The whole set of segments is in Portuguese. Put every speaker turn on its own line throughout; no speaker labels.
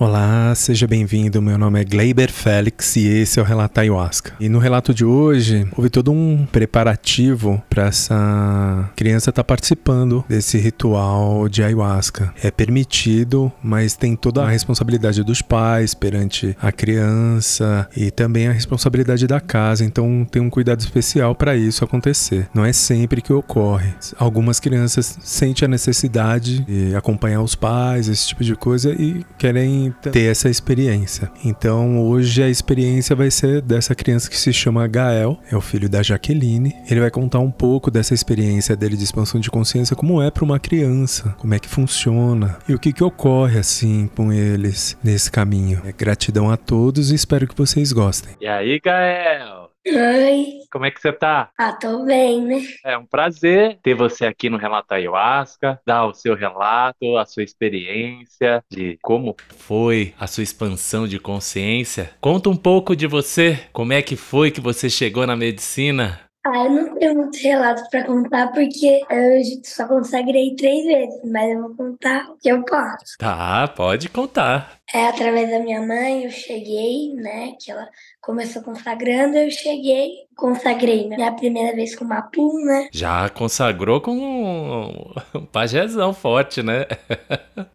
Olá, seja bem-vindo. Meu nome é Gleiber Félix e esse é o Relato Ayahuasca. E no relato de hoje, houve todo um preparativo para essa criança estar participando desse ritual de ayahuasca. É permitido, mas tem toda a responsabilidade dos pais perante a criança e também a responsabilidade da casa, então tem um cuidado especial para isso acontecer. Não é sempre que ocorre. Algumas crianças sentem a necessidade de acompanhar os pais, esse tipo de coisa e querem ter essa experiência. Então hoje a experiência vai ser dessa criança que se chama Gael, é o filho da Jaqueline. Ele vai contar um pouco dessa experiência dele de expansão de consciência, como é para uma criança, como é que funciona e o que, que ocorre assim com eles nesse caminho. É, gratidão a todos e espero que vocês gostem.
E aí, Gael?
Oi,
Como é que você tá?
ah, tô bem, né?
É um prazer ter você aqui no Relato Ayahuasca, dar o seu relato, a sua experiência de como foi a sua expansão de consciência. Conta um pouco de você, como é que foi que você chegou na medicina?
Ah, eu não tenho muito relato pra contar porque eu só consagrei três vezes, mas eu vou contar o que eu posso.
Tá, pode contar.
É através da minha mãe, eu cheguei, né? Que ela começou consagrando, eu cheguei, consagrei minha primeira vez com Mapu, né?
Já consagrou com um, um pajézão forte, né?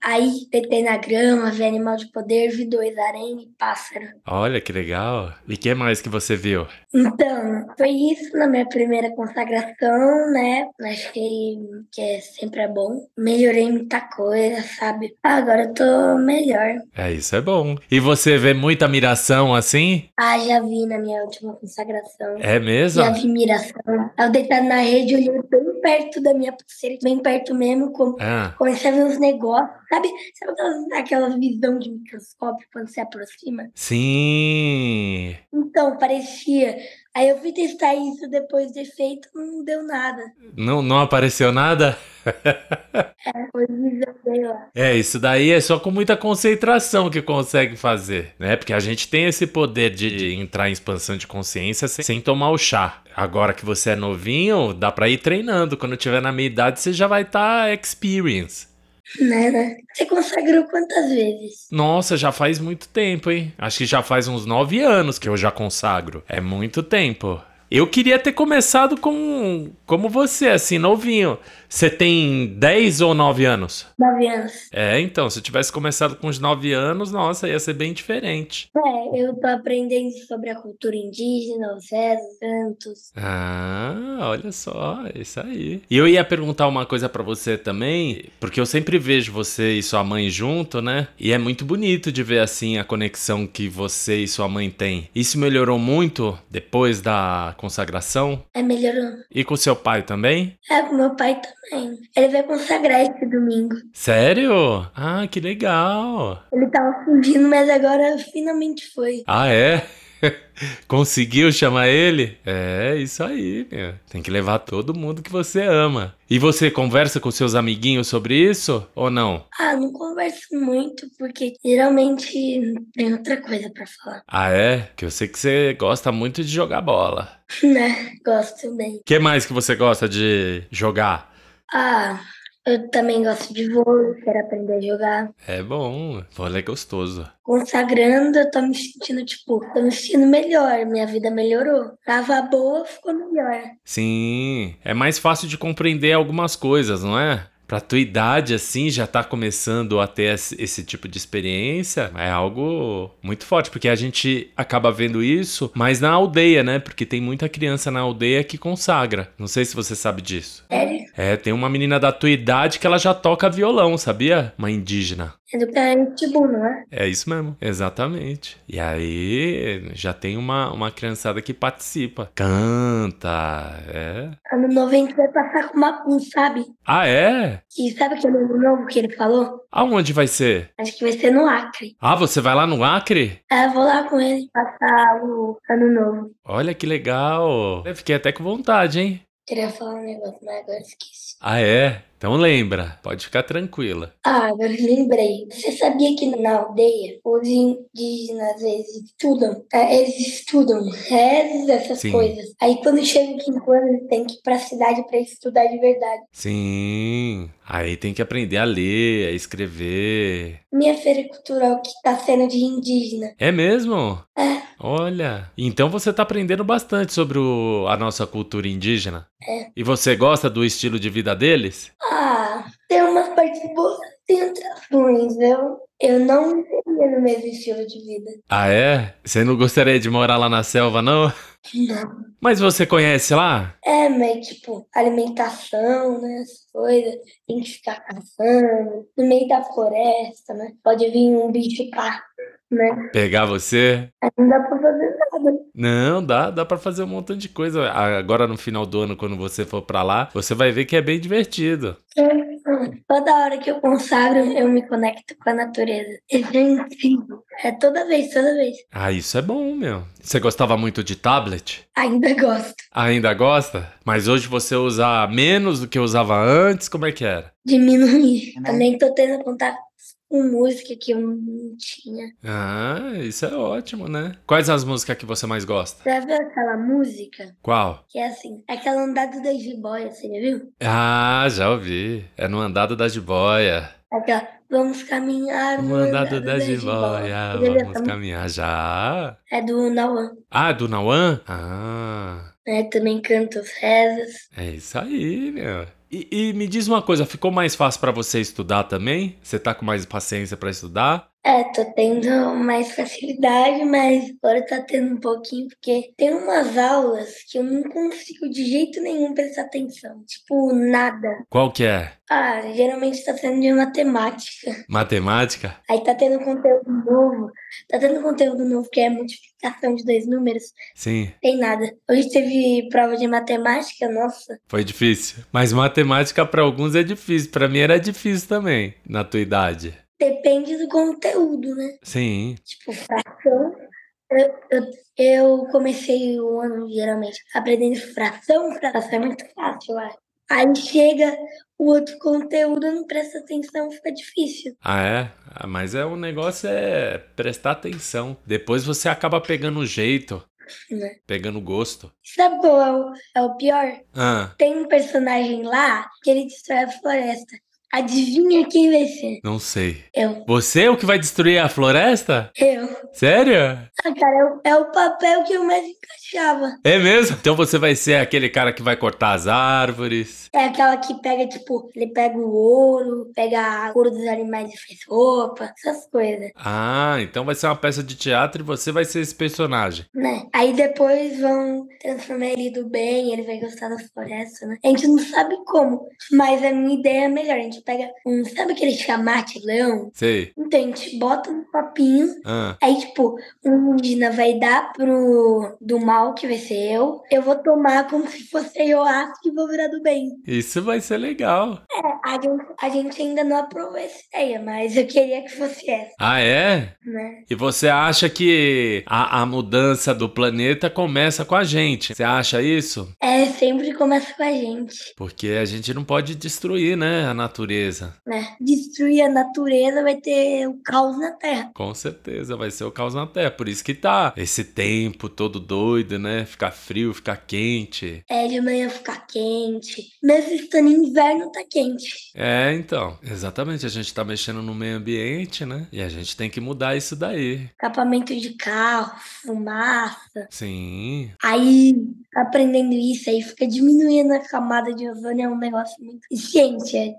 Aí deitei na grama, vi animal de poder, vi dois aranha e pássaro.
Olha que legal. E que mais que você viu?
Então, foi isso na minha primeira consagração, né? Achei que é- sempre é bom. Melhorei muita coisa, sabe? Agora eu tô melhor.
É, isso é bom. E você vê muita miração assim?
Ah, já vi na minha última consagração.
É mesmo?
Já vi miração. Ao deitar É na rede, olhei bem perto da minha pulseira, bem perto mesmo, como
Ah.
comecei a ver uns negócios. Sabe, sabe aquelas, aquela visão de microscópio quando se aproxima?
Sim.
Então, parecia. Aí eu fui testar isso depois de feito, não deu nada.
Não, não apareceu nada?
Foi visão, sei lá.
É, isso daí é só com muita concentração que consegue fazer, né? Porque a gente tem esse poder de, de entrar em expansão de consciência sem, sem tomar o chá. Agora que você é novinho, dá pra ir treinando. Quando tiver na minha idade, você já vai estar experience.
Né, né? Você consagrou quantas vezes?
Nossa, já faz muito tempo, hein? Acho que já faz uns nove anos que eu já consagro. É muito tempo. Eu queria ter começado com como você, assim, novinho. Você tem 10 ou 9 anos?
Nove anos.
É, então, se eu tivesse começado com uns 9 anos, nossa, ia ser bem diferente.
É, eu tô aprendendo sobre a cultura indígena, os rezos, santos.
Ah, olha só, é isso aí. E eu ia perguntar uma coisa pra você também, porque eu sempre vejo você e sua mãe junto, né? E é muito bonito de ver assim a conexão que você e sua mãe têm. Isso melhorou muito depois da consagração?
É, melhorou.
E com seu pai também?
É, com meu pai também. Ele vai consagrar esse domingo.
Sério? Ah, que legal!
Ele tava fugindo, mas agora finalmente foi.
Ah, é? Conseguiu chamar ele? É, isso aí, meu. Tem que levar todo mundo que você ama. E você conversa com seus amiguinhos sobre isso ou não?
Ah, não converso muito, porque geralmente tem outra coisa pra falar.
Ah, é? Que eu sei que você gosta muito de jogar bola.
Né? Gosto bem.
O que mais que você gosta de jogar?
Ah, eu também gosto de vôlei, quero aprender a jogar.
É bom, vôlei é gostoso.
consagrando, eu tô me sentindo, tipo, tô me sentindo melhor, minha vida melhorou. Tava boa, ficou melhor.
Sim, é mais fácil de compreender algumas coisas, não é? Pra tua idade, assim, já tá começando a ter esse esse tipo de experiência, é algo muito forte, porque a gente acaba vendo isso, mas na aldeia, né? Porque tem muita criança na aldeia que consagra. Não sei se você sabe disso.
Sério?
É, tem uma menina da tua idade que ela já toca violão, sabia? Uma indígena.
É do Carante Bum, não é?
É isso mesmo, exatamente. E aí já tem uma, uma criançada que participa, canta, é.
Ano novo a gente vai passar com o Mapu, sabe?
Ah, é?
E sabe aquele ano novo que ele falou?
Aonde vai ser?
Acho que vai ser no Acre.
Ah, você vai lá no Acre?
Aí eu vou lá com ele passar o ano novo.
Olha que legal! Eu fiquei até com vontade, hein?
Queria falar um negócio, mas agora esqueci.
Ah, é? Então lembra, pode ficar tranquila.
Ah, agora eu lembrei. Você sabia que na aldeia os indígenas eles estudam, é, eles estudam rezes, essas
Sim.
coisas. Aí quando chega em 5 anos, eles têm que ir pra cidade pra estudar de verdade.
Sim. Aí tem que aprender a ler, a escrever.
Minha feira cultural que tá sendo de indígena.
É mesmo?
É.
Olha. Então você tá aprendendo bastante sobre o- a nossa cultura indígena.
É.
E você gosta do estilo de vida deles?
Ah, tem umas partes boas, tem outras ruins. Eu, eu não viveria no mesmo estilo de vida.
Ah, é? Você não gostaria de morar lá na selva, não?
Não.
Mas você conhece lá?
É, mas tipo, alimentação, né? As coisas, tem que ficar caçando, no meio da floresta, né? Pode vir um bicho cá, né?
Pegar você?
Aí não dá pra fazer nada.
Não, dá, dá para fazer um montão de coisa. A- Agora no final do ano, quando você for pra lá, você vai ver que é bem divertido.
É, Toda hora que eu consagro, eu me conecto com a natureza. É bem incrível. É toda vez, toda vez.
Ah, isso é bom, meu. Você gostava muito de tablet?
Ainda gosto
Ainda gosta? Mas hoje você usa menos do que usava antes? Como é que era?
diminuir. Também tô tendo contato com música que eu não tinha.
Ah, isso é ótimo, né? Quais as músicas que você mais gosta?
Já viu aquela música?
Qual?
Que é assim, aquela andada da jiboia, você já viu?
Ah, já ouvi. É no Andado da Jiboia.
Aquela, vamos caminhar
É No
no
Andado da
jiboia.
Jiboia,
Você já viu essa
vamos
música?
caminhar já.
É do Nauan,
Ah, do Nauan? Ah.
né? Também canta os rezas.
É isso aí, meu. E, e me diz uma coisa, ficou mais fácil pra você estudar também? Você tá com mais paciência pra estudar?
É, tô tendo mais facilidade, mas agora tá tendo um pouquinho, porque tem umas aulas que eu não consigo de jeito nenhum prestar atenção. Tipo, nada.
Qual que é?
Ah, geralmente tá sendo de matemática.
Matemática?
Aí tá tendo conteúdo novo. Tá tendo conteúdo novo que é multiplicação de dois números.
Sim,
Tem nada. Hoje teve prova de matemática, nossa.
foi difícil. Mas matemática pra alguns é difícil, Pra mim era difícil também, na tua idade.
Depende do conteúdo, né?
Sim.
Tipo, fração. Eu, eu, eu comecei o ano, geralmente, aprendendo fração. Fração é muito fácil, lá. Aí chega o outro conteúdo, eu não presta atenção, fica difícil.
Ah, é? Ah, Mas é um negócio é prestar atenção. Depois você acaba pegando o jeito,
Né?
pegando o gosto.
Sabe qual é o, é o pior?
Ah,
Tem um personagem lá que ele destrói a floresta. Adivinha quem vai ser?
não sei.
Eu.
Você é o que vai destruir a floresta?
Eu.
Sério?
Ah, cara, é o, é o papel que eu mais encaixava.
É mesmo? Então você vai ser aquele cara que vai cortar as árvores.
É aquela que pega, tipo, ele pega o ouro, pega a couro dos animais e faz roupa, essas coisas,
Ah, então vai ser uma peça de teatro e você vai ser esse personagem.
né? Aí depois vão transformar ele do bem, ele vai gostar da floresta, né? A gente não sabe como, mas a minha ideia é melhor. A gente pega um, sabe aquele chamate leão?
Sei.
Então a gente bota um papinho
Ah,
Aí, tipo, o Undina vai dar pro do mal, que vai ser eu. Eu vou tomar como se fosse eu acho que vou virar do bem.
isso vai ser legal.
A gente, a gente ainda não aprovou essa ideia, mas eu queria que fosse essa,
Ah, é?
né?
E você acha que a, a mudança do planeta começa com a gente? Você acha isso?
É, sempre começa com a gente,
Porque a gente não pode destruir, né, a natureza.
né? Destruir a natureza vai ter o caos na Terra.
Com certeza, vai ser o caos na Terra. Por isso que tá esse tempo todo doido, né? Ficar frio, ficar quente.
É, de manhã ficar quente. Mesmo estando em inverno, tá quente.
É, então, exatamente, a gente tá mexendo no meio ambiente, né? E a gente tem que mudar isso daí.
Escapamento de carro, fumaça.
Sim.
Aí, aprendendo isso, aí fica diminuindo a camada de ozônio, é um negócio muito eficiente. É.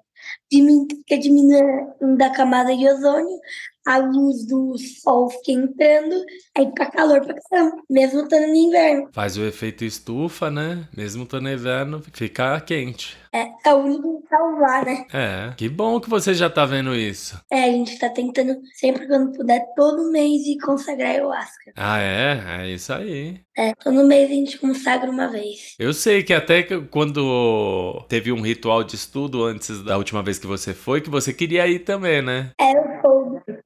Dimin- Fica diminuindo a camada de ozônio, a luz do sol fica entrando, aí fica calor pra caramba, mesmo estando no inverno.
Faz o efeito estufa, né? Mesmo estando inverno, fica quente.
É, é o único que salvar, né?
É, que bom que você já tá vendo isso.
É, a gente tá tentando, sempre quando puder, todo mês ir consagrar ayahuasca.
Ah, é? É isso aí.
É, todo mês a gente consagra uma vez.
Eu sei que até que quando teve um ritual de estudo antes da última vez que você foi, que você queria ir também, né?
É, eu soube. Eu-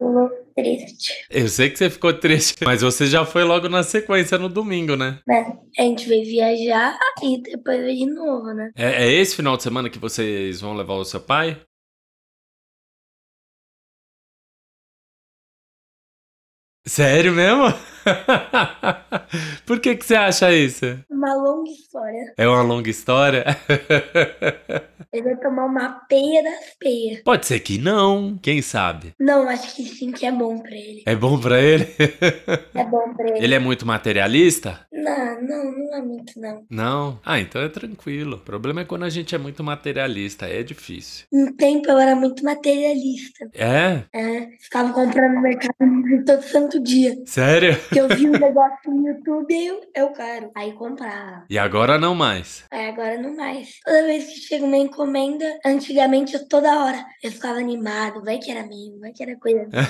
triste.
Eu sei que você ficou triste, mas você já foi logo na sequência no domingo, né?
Né? A gente veio viajar e depois veio de novo, né?
É, é esse final de semana que vocês vão levar o seu pai? Sério mesmo? Por que, que você acha isso?
Uma longa história.
É uma longa história?
Ele vai tomar uma peia das peias.
Pode ser que não, quem sabe?
Não, acho que sim, que é bom pra ele.
É bom pra ele?
É bom pra ele.
Ele é muito materialista?
Não, não, não é muito, não.
Não. Ah, então é tranquilo. O problema é quando a gente é muito materialista, é difícil.
Um tempo eu era muito materialista.
É?
É, ficava comprando no mercado livre todo santo dia.
Sério?
Que eu vi um negócio no YouTube e eu, eu quero. Aí comprava.
E agora não mais.
Aí agora não mais. Toda vez que chega uma encomenda, antigamente eu- toda hora eu ficava animado, vai que era meu, vai que era coisa minha.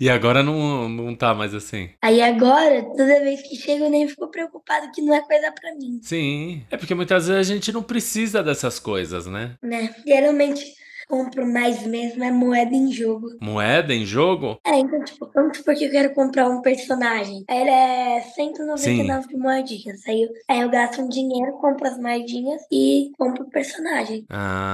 e agora não, não tá mais assim.
Aí agora, toda vez que chega eu nem fico preocupado que não é coisa pra mim,
Sim. É porque muitas vezes a gente não precisa dessas coisas, né?
né? Geralmente compro mais mesmo é moeda em jogo.
Moeda em jogo?
É, então, tipo, vamos supor que eu quero comprar um personagem. Aí Ele é 199 de moedinhas. Aí eu, aí eu gasto um dinheiro, compro as moedinhas e compro o personagem.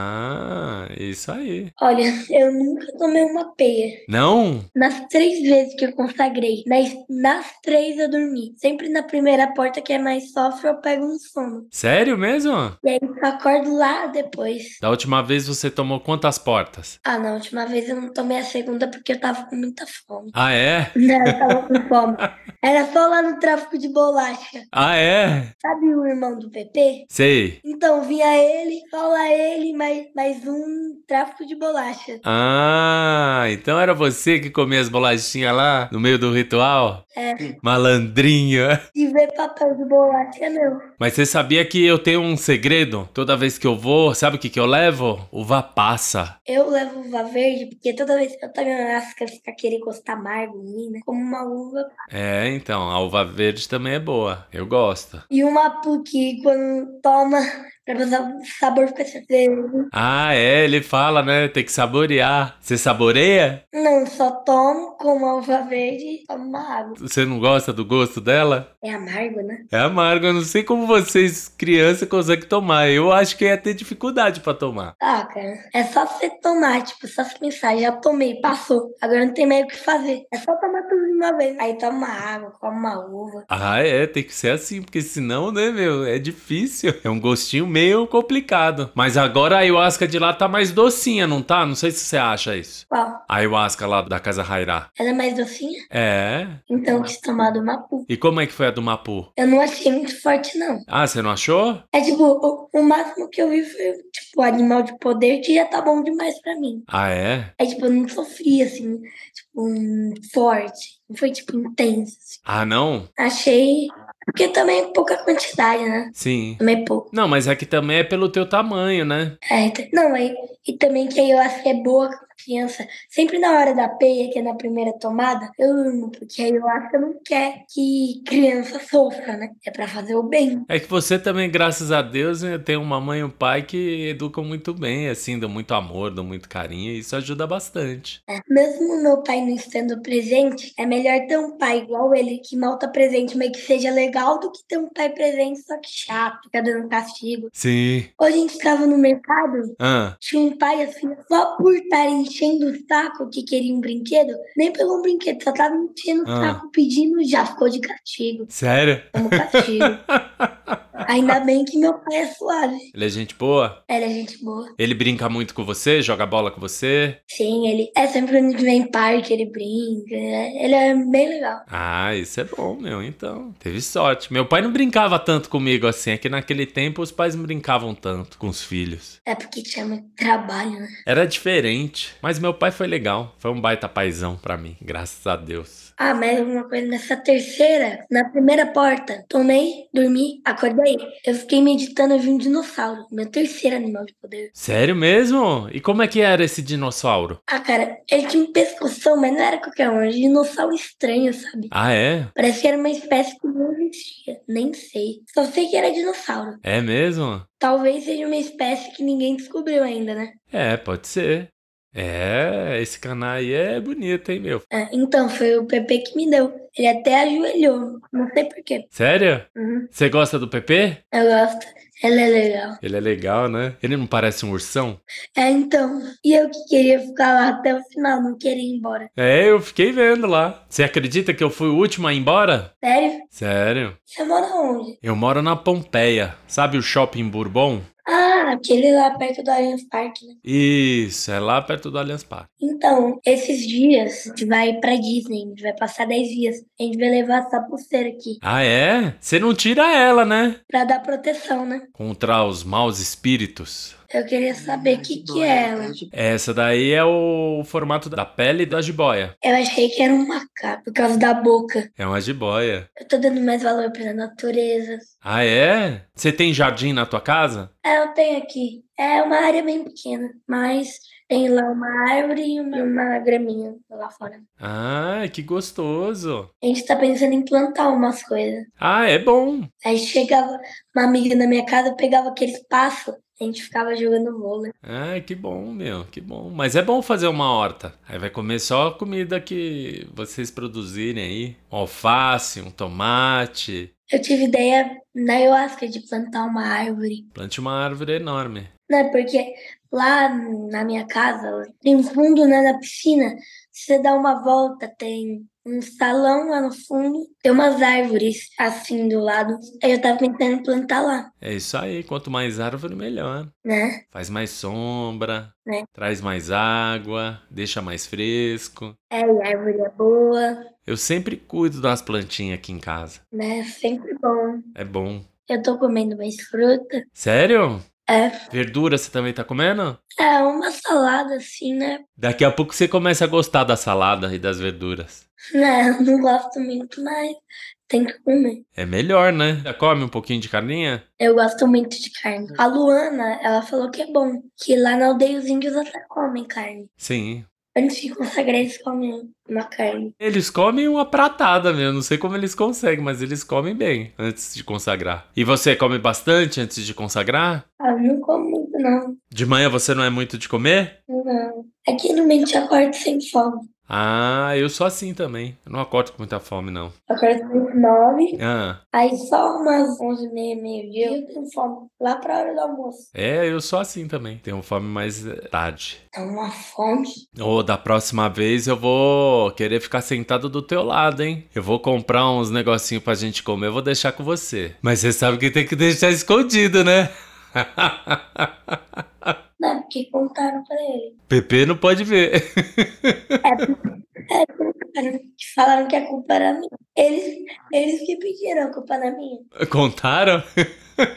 Ah, isso aí.
Olha, eu nunca tomei uma peia.
Não?
Nas três vezes que eu consagrei, nas, nas três eu dormi. Sempre na primeira porta que é mais sofre, eu pego um sono.
Sério mesmo?
E aí eu acordo lá depois.
Da última vez você tomou quantas portas?
Ah, na última vez eu não tomei a segunda porque eu tava com muita fome.
Ah, é?
Não, eu tava com fome. Era só lá no tráfico de bolacha.
Ah, é?
Sabe o irmão do Pepe?
Sei.
Então, vinha ele, só lá ele, mais, mais um tráfico de bolacha.
Ah, então era você que comia as bolachinhas lá no meio do ritual?
É.
Malandrinho.
E ver papel de bolacha é meu.
Mas você sabia que eu tenho um segredo? Toda vez que eu vou, sabe o que, que eu levo? Uva passa.
Eu levo uva verde porque toda vez que eu tomo asca fica aquele gosto amargo em mim, né? Como uma uva
É, então, a uva verde também é boa. Eu gosto.
E uma PUC, quando toma, pra passar o sabor fica certeza.
Ah, é, ele fala, né? Tem que saborear. Você saboreia?
Não, só tomo, como a uva verde e tomo uma água.
Você não gosta do gosto dela?
É amargo, né?
É amargo, eu não sei como vocês, criança, conseguem tomar. Eu acho que ia ter dificuldade pra tomar.
Ah, cara, é só você tomar, tipo, só se pensar, já tomei, passou. Agora não tem mais o que fazer. É só tomar tudo de uma vez. Aí toma uma água, come uma uva.
Ah, é, tem que ser assim, porque senão, né, meu, é difícil. É um gostinho meio complicado. Mas agora a ayahuasca de lá tá mais docinha, não tá? Não sei se você acha isso.
Qual?
A ayahuasca lá da Casa Rairá.
Ela é mais docinha?
É.
Então eu quis tomar do Mapu.
E como é que foi a do Mapu?
Eu não achei muito forte, não.
Ah, você não achou?
É tipo, o, o máximo que eu vi foi, tipo, animal de poder, que já tá bom demais pra mim.
Ah, é?
É tipo, eu não sofri assim, tipo, um forte. Não foi tipo intenso. assim.
Ah, não?
Achei. Porque também é pouca quantidade, né?
Sim.
Também é pouco.
Não, mas é que também é pelo teu tamanho, né?
É, t- não, aí e também que eu acho que é boa com a criança. Sempre na hora da peia, que é na primeira tomada, eu durmo, porque aí eu acho que não quer que criança sofra, né? É pra fazer o bem.
É que você também, graças a Deus, né, tem uma mãe e um pai que educam muito bem, assim, dão muito amor, dão muito carinho, e isso ajuda bastante.
né? Mesmo meu pai não estando presente, é melhor ter um pai igual ele, que mal tá presente, mas que seja legal, do que ter um pai presente, só que chato, fica dando castigo.
Sim.
Hoje a gente tava no mercado,
Ah,
tinha um pai assim, só por estar enchendo o saco que queria um brinquedo, nem pegou um brinquedo, só tava enchendo o
Ah.
saco pedindo, já ficou de castigo.
sério?
Como castigo. Ainda bem que meu pai é suave.
Ele é gente boa?
Ele é gente boa.
Ele brinca muito com você, joga bola com você?
Sim, ele é sempre quando a gente vem em parque, ele brinca. é- Ele é bem legal.
Ah, isso é bom, meu. Então, teve sorte. Meu pai não brincava tanto comigo assim. É que naquele tempo os pais não brincavam tanto com os filhos.
É porque tinha muito trabalho, né?
Era diferente. Mas meu pai foi legal. Foi um baita paizão pra mim, graças a Deus.
Ah, mais alguma coisa nessa terceira, na primeira porta. Tomei, dormi, acordei. Eu fiquei meditando, eu vi um dinossauro. Meu terceiro animal de poder.
Sério mesmo? E como é que era esse dinossauro?
Ah, cara, ele tinha um pescoção, mas não era qualquer um, era um dinossauro estranho, sabe?
Ah, é?
Parece que era uma espécie que não existia, nem sei. Só sei que era dinossauro.
É mesmo?
Talvez seja uma espécie que ninguém descobriu ainda, né?
É, pode ser. É, esse canal aí é bonito, hein, meu?
É, então, foi o Pepe que me deu. Ele até ajoelhou, não sei porquê.
Sério?
Uhum.
Você gosta do PP?
Eu gosto, ela é legal.
Ele é legal, né? Ele não parece um ursão?
É, então, e eu que queria ficar lá até o final, não queria ir embora.
É, eu fiquei vendo lá. Você acredita que eu fui o último a ir embora?
Sério?
Sério?
Você mora onde?
Eu moro na Pompeia. Sabe o shopping Bourbon?
Ah, aquele lá perto do Allianz Parque, né?
Isso, é lá perto do Allianz Parque.
Então, esses dias, a gente vai pra Disney, a gente vai passar 10 dias. A gente vai levar essa pulseira aqui,
Ah, é? Você não tira ela, né?
pra dar proteção, né?
Contra os maus espíritos.
Eu queria saber o que que é ela.
Essa daí é o formato da pele da jiboia.
Eu achei que era um macaco, por causa da boca.
É uma jiboia.
Eu tô dando mais valor pra natureza.
Ah, é? Você tem jardim na tua casa?
É, eu tenho aqui. É uma área bem pequena, mas tem lá uma árvore e uma, uma graminha lá fora.
Ah, que gostoso.
A gente tá pensando em plantar umas coisas.
Ah, é bom.
Aí chegava uma amiga na minha casa, eu pegava aquele espaço, a gente ficava jogando vôlei.
Ah, que bom, meu, que bom. Mas é bom fazer uma horta. Aí vai comer só a comida que vocês produzirem aí. Um alface, um tomate.
Eu tive ideia na ayahuasca de plantar uma árvore,
Plante uma árvore enorme.
né? Porque lá na minha casa tem um fundo né, na piscina. Se você dá uma volta, tem um salão lá no fundo, tem umas árvores assim do lado. Aí eu tava tentando plantar lá,
É isso aí. Quanto mais árvore, melhor.
né?
Faz mais sombra,
Né?
traz mais água, deixa mais fresco.
É, e a árvore é boa,
Eu sempre cuido das plantinhas aqui em casa.
né? Sempre bom.
É bom.
Eu tô comendo mais fruta.
Sério?
É.
Verdura você também tá comendo?
É uma salada assim, né?
Daqui a pouco você começa a gostar da salada e das verduras.
Né, eu não gosto muito, mas tem que comer.
É melhor, né? Já come um pouquinho de carninha?
Eu gosto muito de carne. A Luana, ela falou que é bom, que lá na aldeia os índios até comem carne.
Sim.
Antes de consagrar, eles comem uma carne.
Eles comem uma pratada mesmo. Não sei como eles conseguem, mas eles comem bem antes de consagrar. E você come bastante antes de consagrar?
Ah, eu não como muito, não.
De manhã você não é muito de comer?
Não. Aqui no mente acordo sem fome.
Ah, eu sou assim também. Eu não acordo com muita fome, não.
Eu Acordo às nove,
Ah,
aí só umas onze e meia, meio-dia, eu tenho fome. Lá pra hora do almoço.
é, eu sou assim também. Tenho fome mais eh, tarde.
Tá uma fome.
Ô, da próxima vez eu vou querer ficar sentado do teu lado, hein? Eu vou comprar uns negocinho pra gente comer, eu vou deixar com você. Mas você sabe que tem que deixar escondido, né?
Não, né? porque contaram pra ele.
Pepe não pode ver.
Falaram que- Falaram que a culpa era minha. Eles, eles que pediram, a culpa era minha.
Contaram?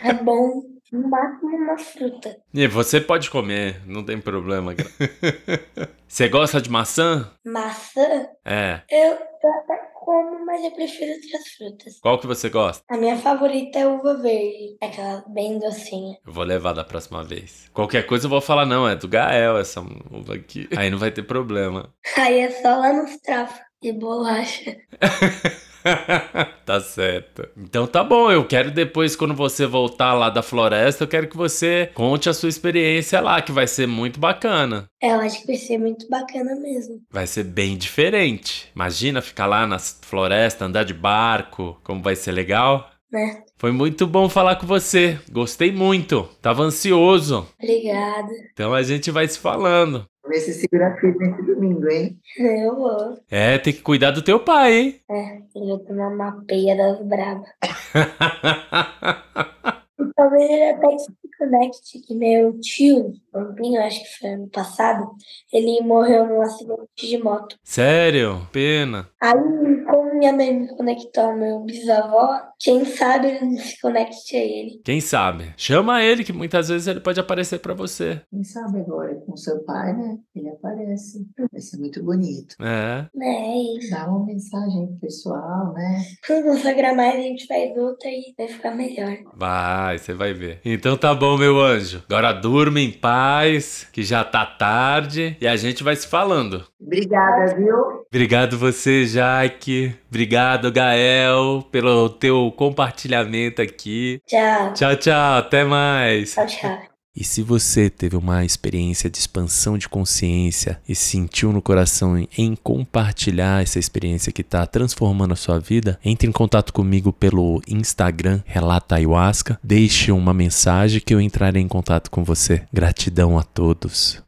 É bom, no máximo uma fruta.
E você pode comer, não tem problema. cara. Você gosta de maçã?
Maçã,
É.
eu, eu até como, mas eu prefiro outras frutas.
Qual que você gosta?
A minha favorita é uva verde, aquela bem docinha.
Eu vou levar da próxima vez. Qualquer coisa eu vou falar, não, é do Gael essa uva aqui. Aí não vai ter problema.
Aí é só lá nos trapos de bolacha.
tá certo. Então tá bom, eu quero depois, quando você voltar lá da floresta, eu quero que você conte a sua experiência lá, que vai ser muito bacana.
É, Eu acho que vai ser muito bacana mesmo.
Vai ser bem diferente. Imagina ficar lá na floresta, andar de barco, como vai ser legal.
Né?
Foi muito bom falar com você. Gostei muito. Tava ansioso.
Obrigada.
Então a gente vai se falando.
Vamos ver se segura firme esse domingo, hein?
Eu vou. É,
É, tem que cuidar do teu pai, hein?
Eu vou tomar uma peia das bravas. E Talvez ele até que se conecte que meu tio, Pampinho, acho que foi ano passado, ele morreu num acidente de moto.
Sério? Pena.
Aí, como minha mãe me conectou ao meu bisavó, quem sabe ele não se conecte a ele.
Quem sabe? Chama ele, que muitas vezes ele pode aparecer pra você.
Quem sabe agora com seu pai, né? Ele aparece. Vai ser muito bonito.
É.
Né, é isso.
Dá uma mensagem pro pessoal, né?
Quando consagrar mais, a gente faz outra e vai ficar melhor.
Vai, você vai ver. Então tá bom, meu anjo. Agora durma em paz, que já tá tarde e a gente vai se falando.
Obrigada, viu?
Obrigado você, Jaque. Obrigado, Gael, pelo teu compartilhamento aqui.
Tchau.
Tchau, tchau. Até mais.
Tchau, tchau.
E se você teve uma experiência de expansão de consciência e sentiu no coração em- em compartilhar essa experiência que está transformando a sua vida, entre em contato comigo pelo Instagram Relata Ayahuasca, deixe uma mensagem que eu entrarei em contato com você. Gratidão a todos.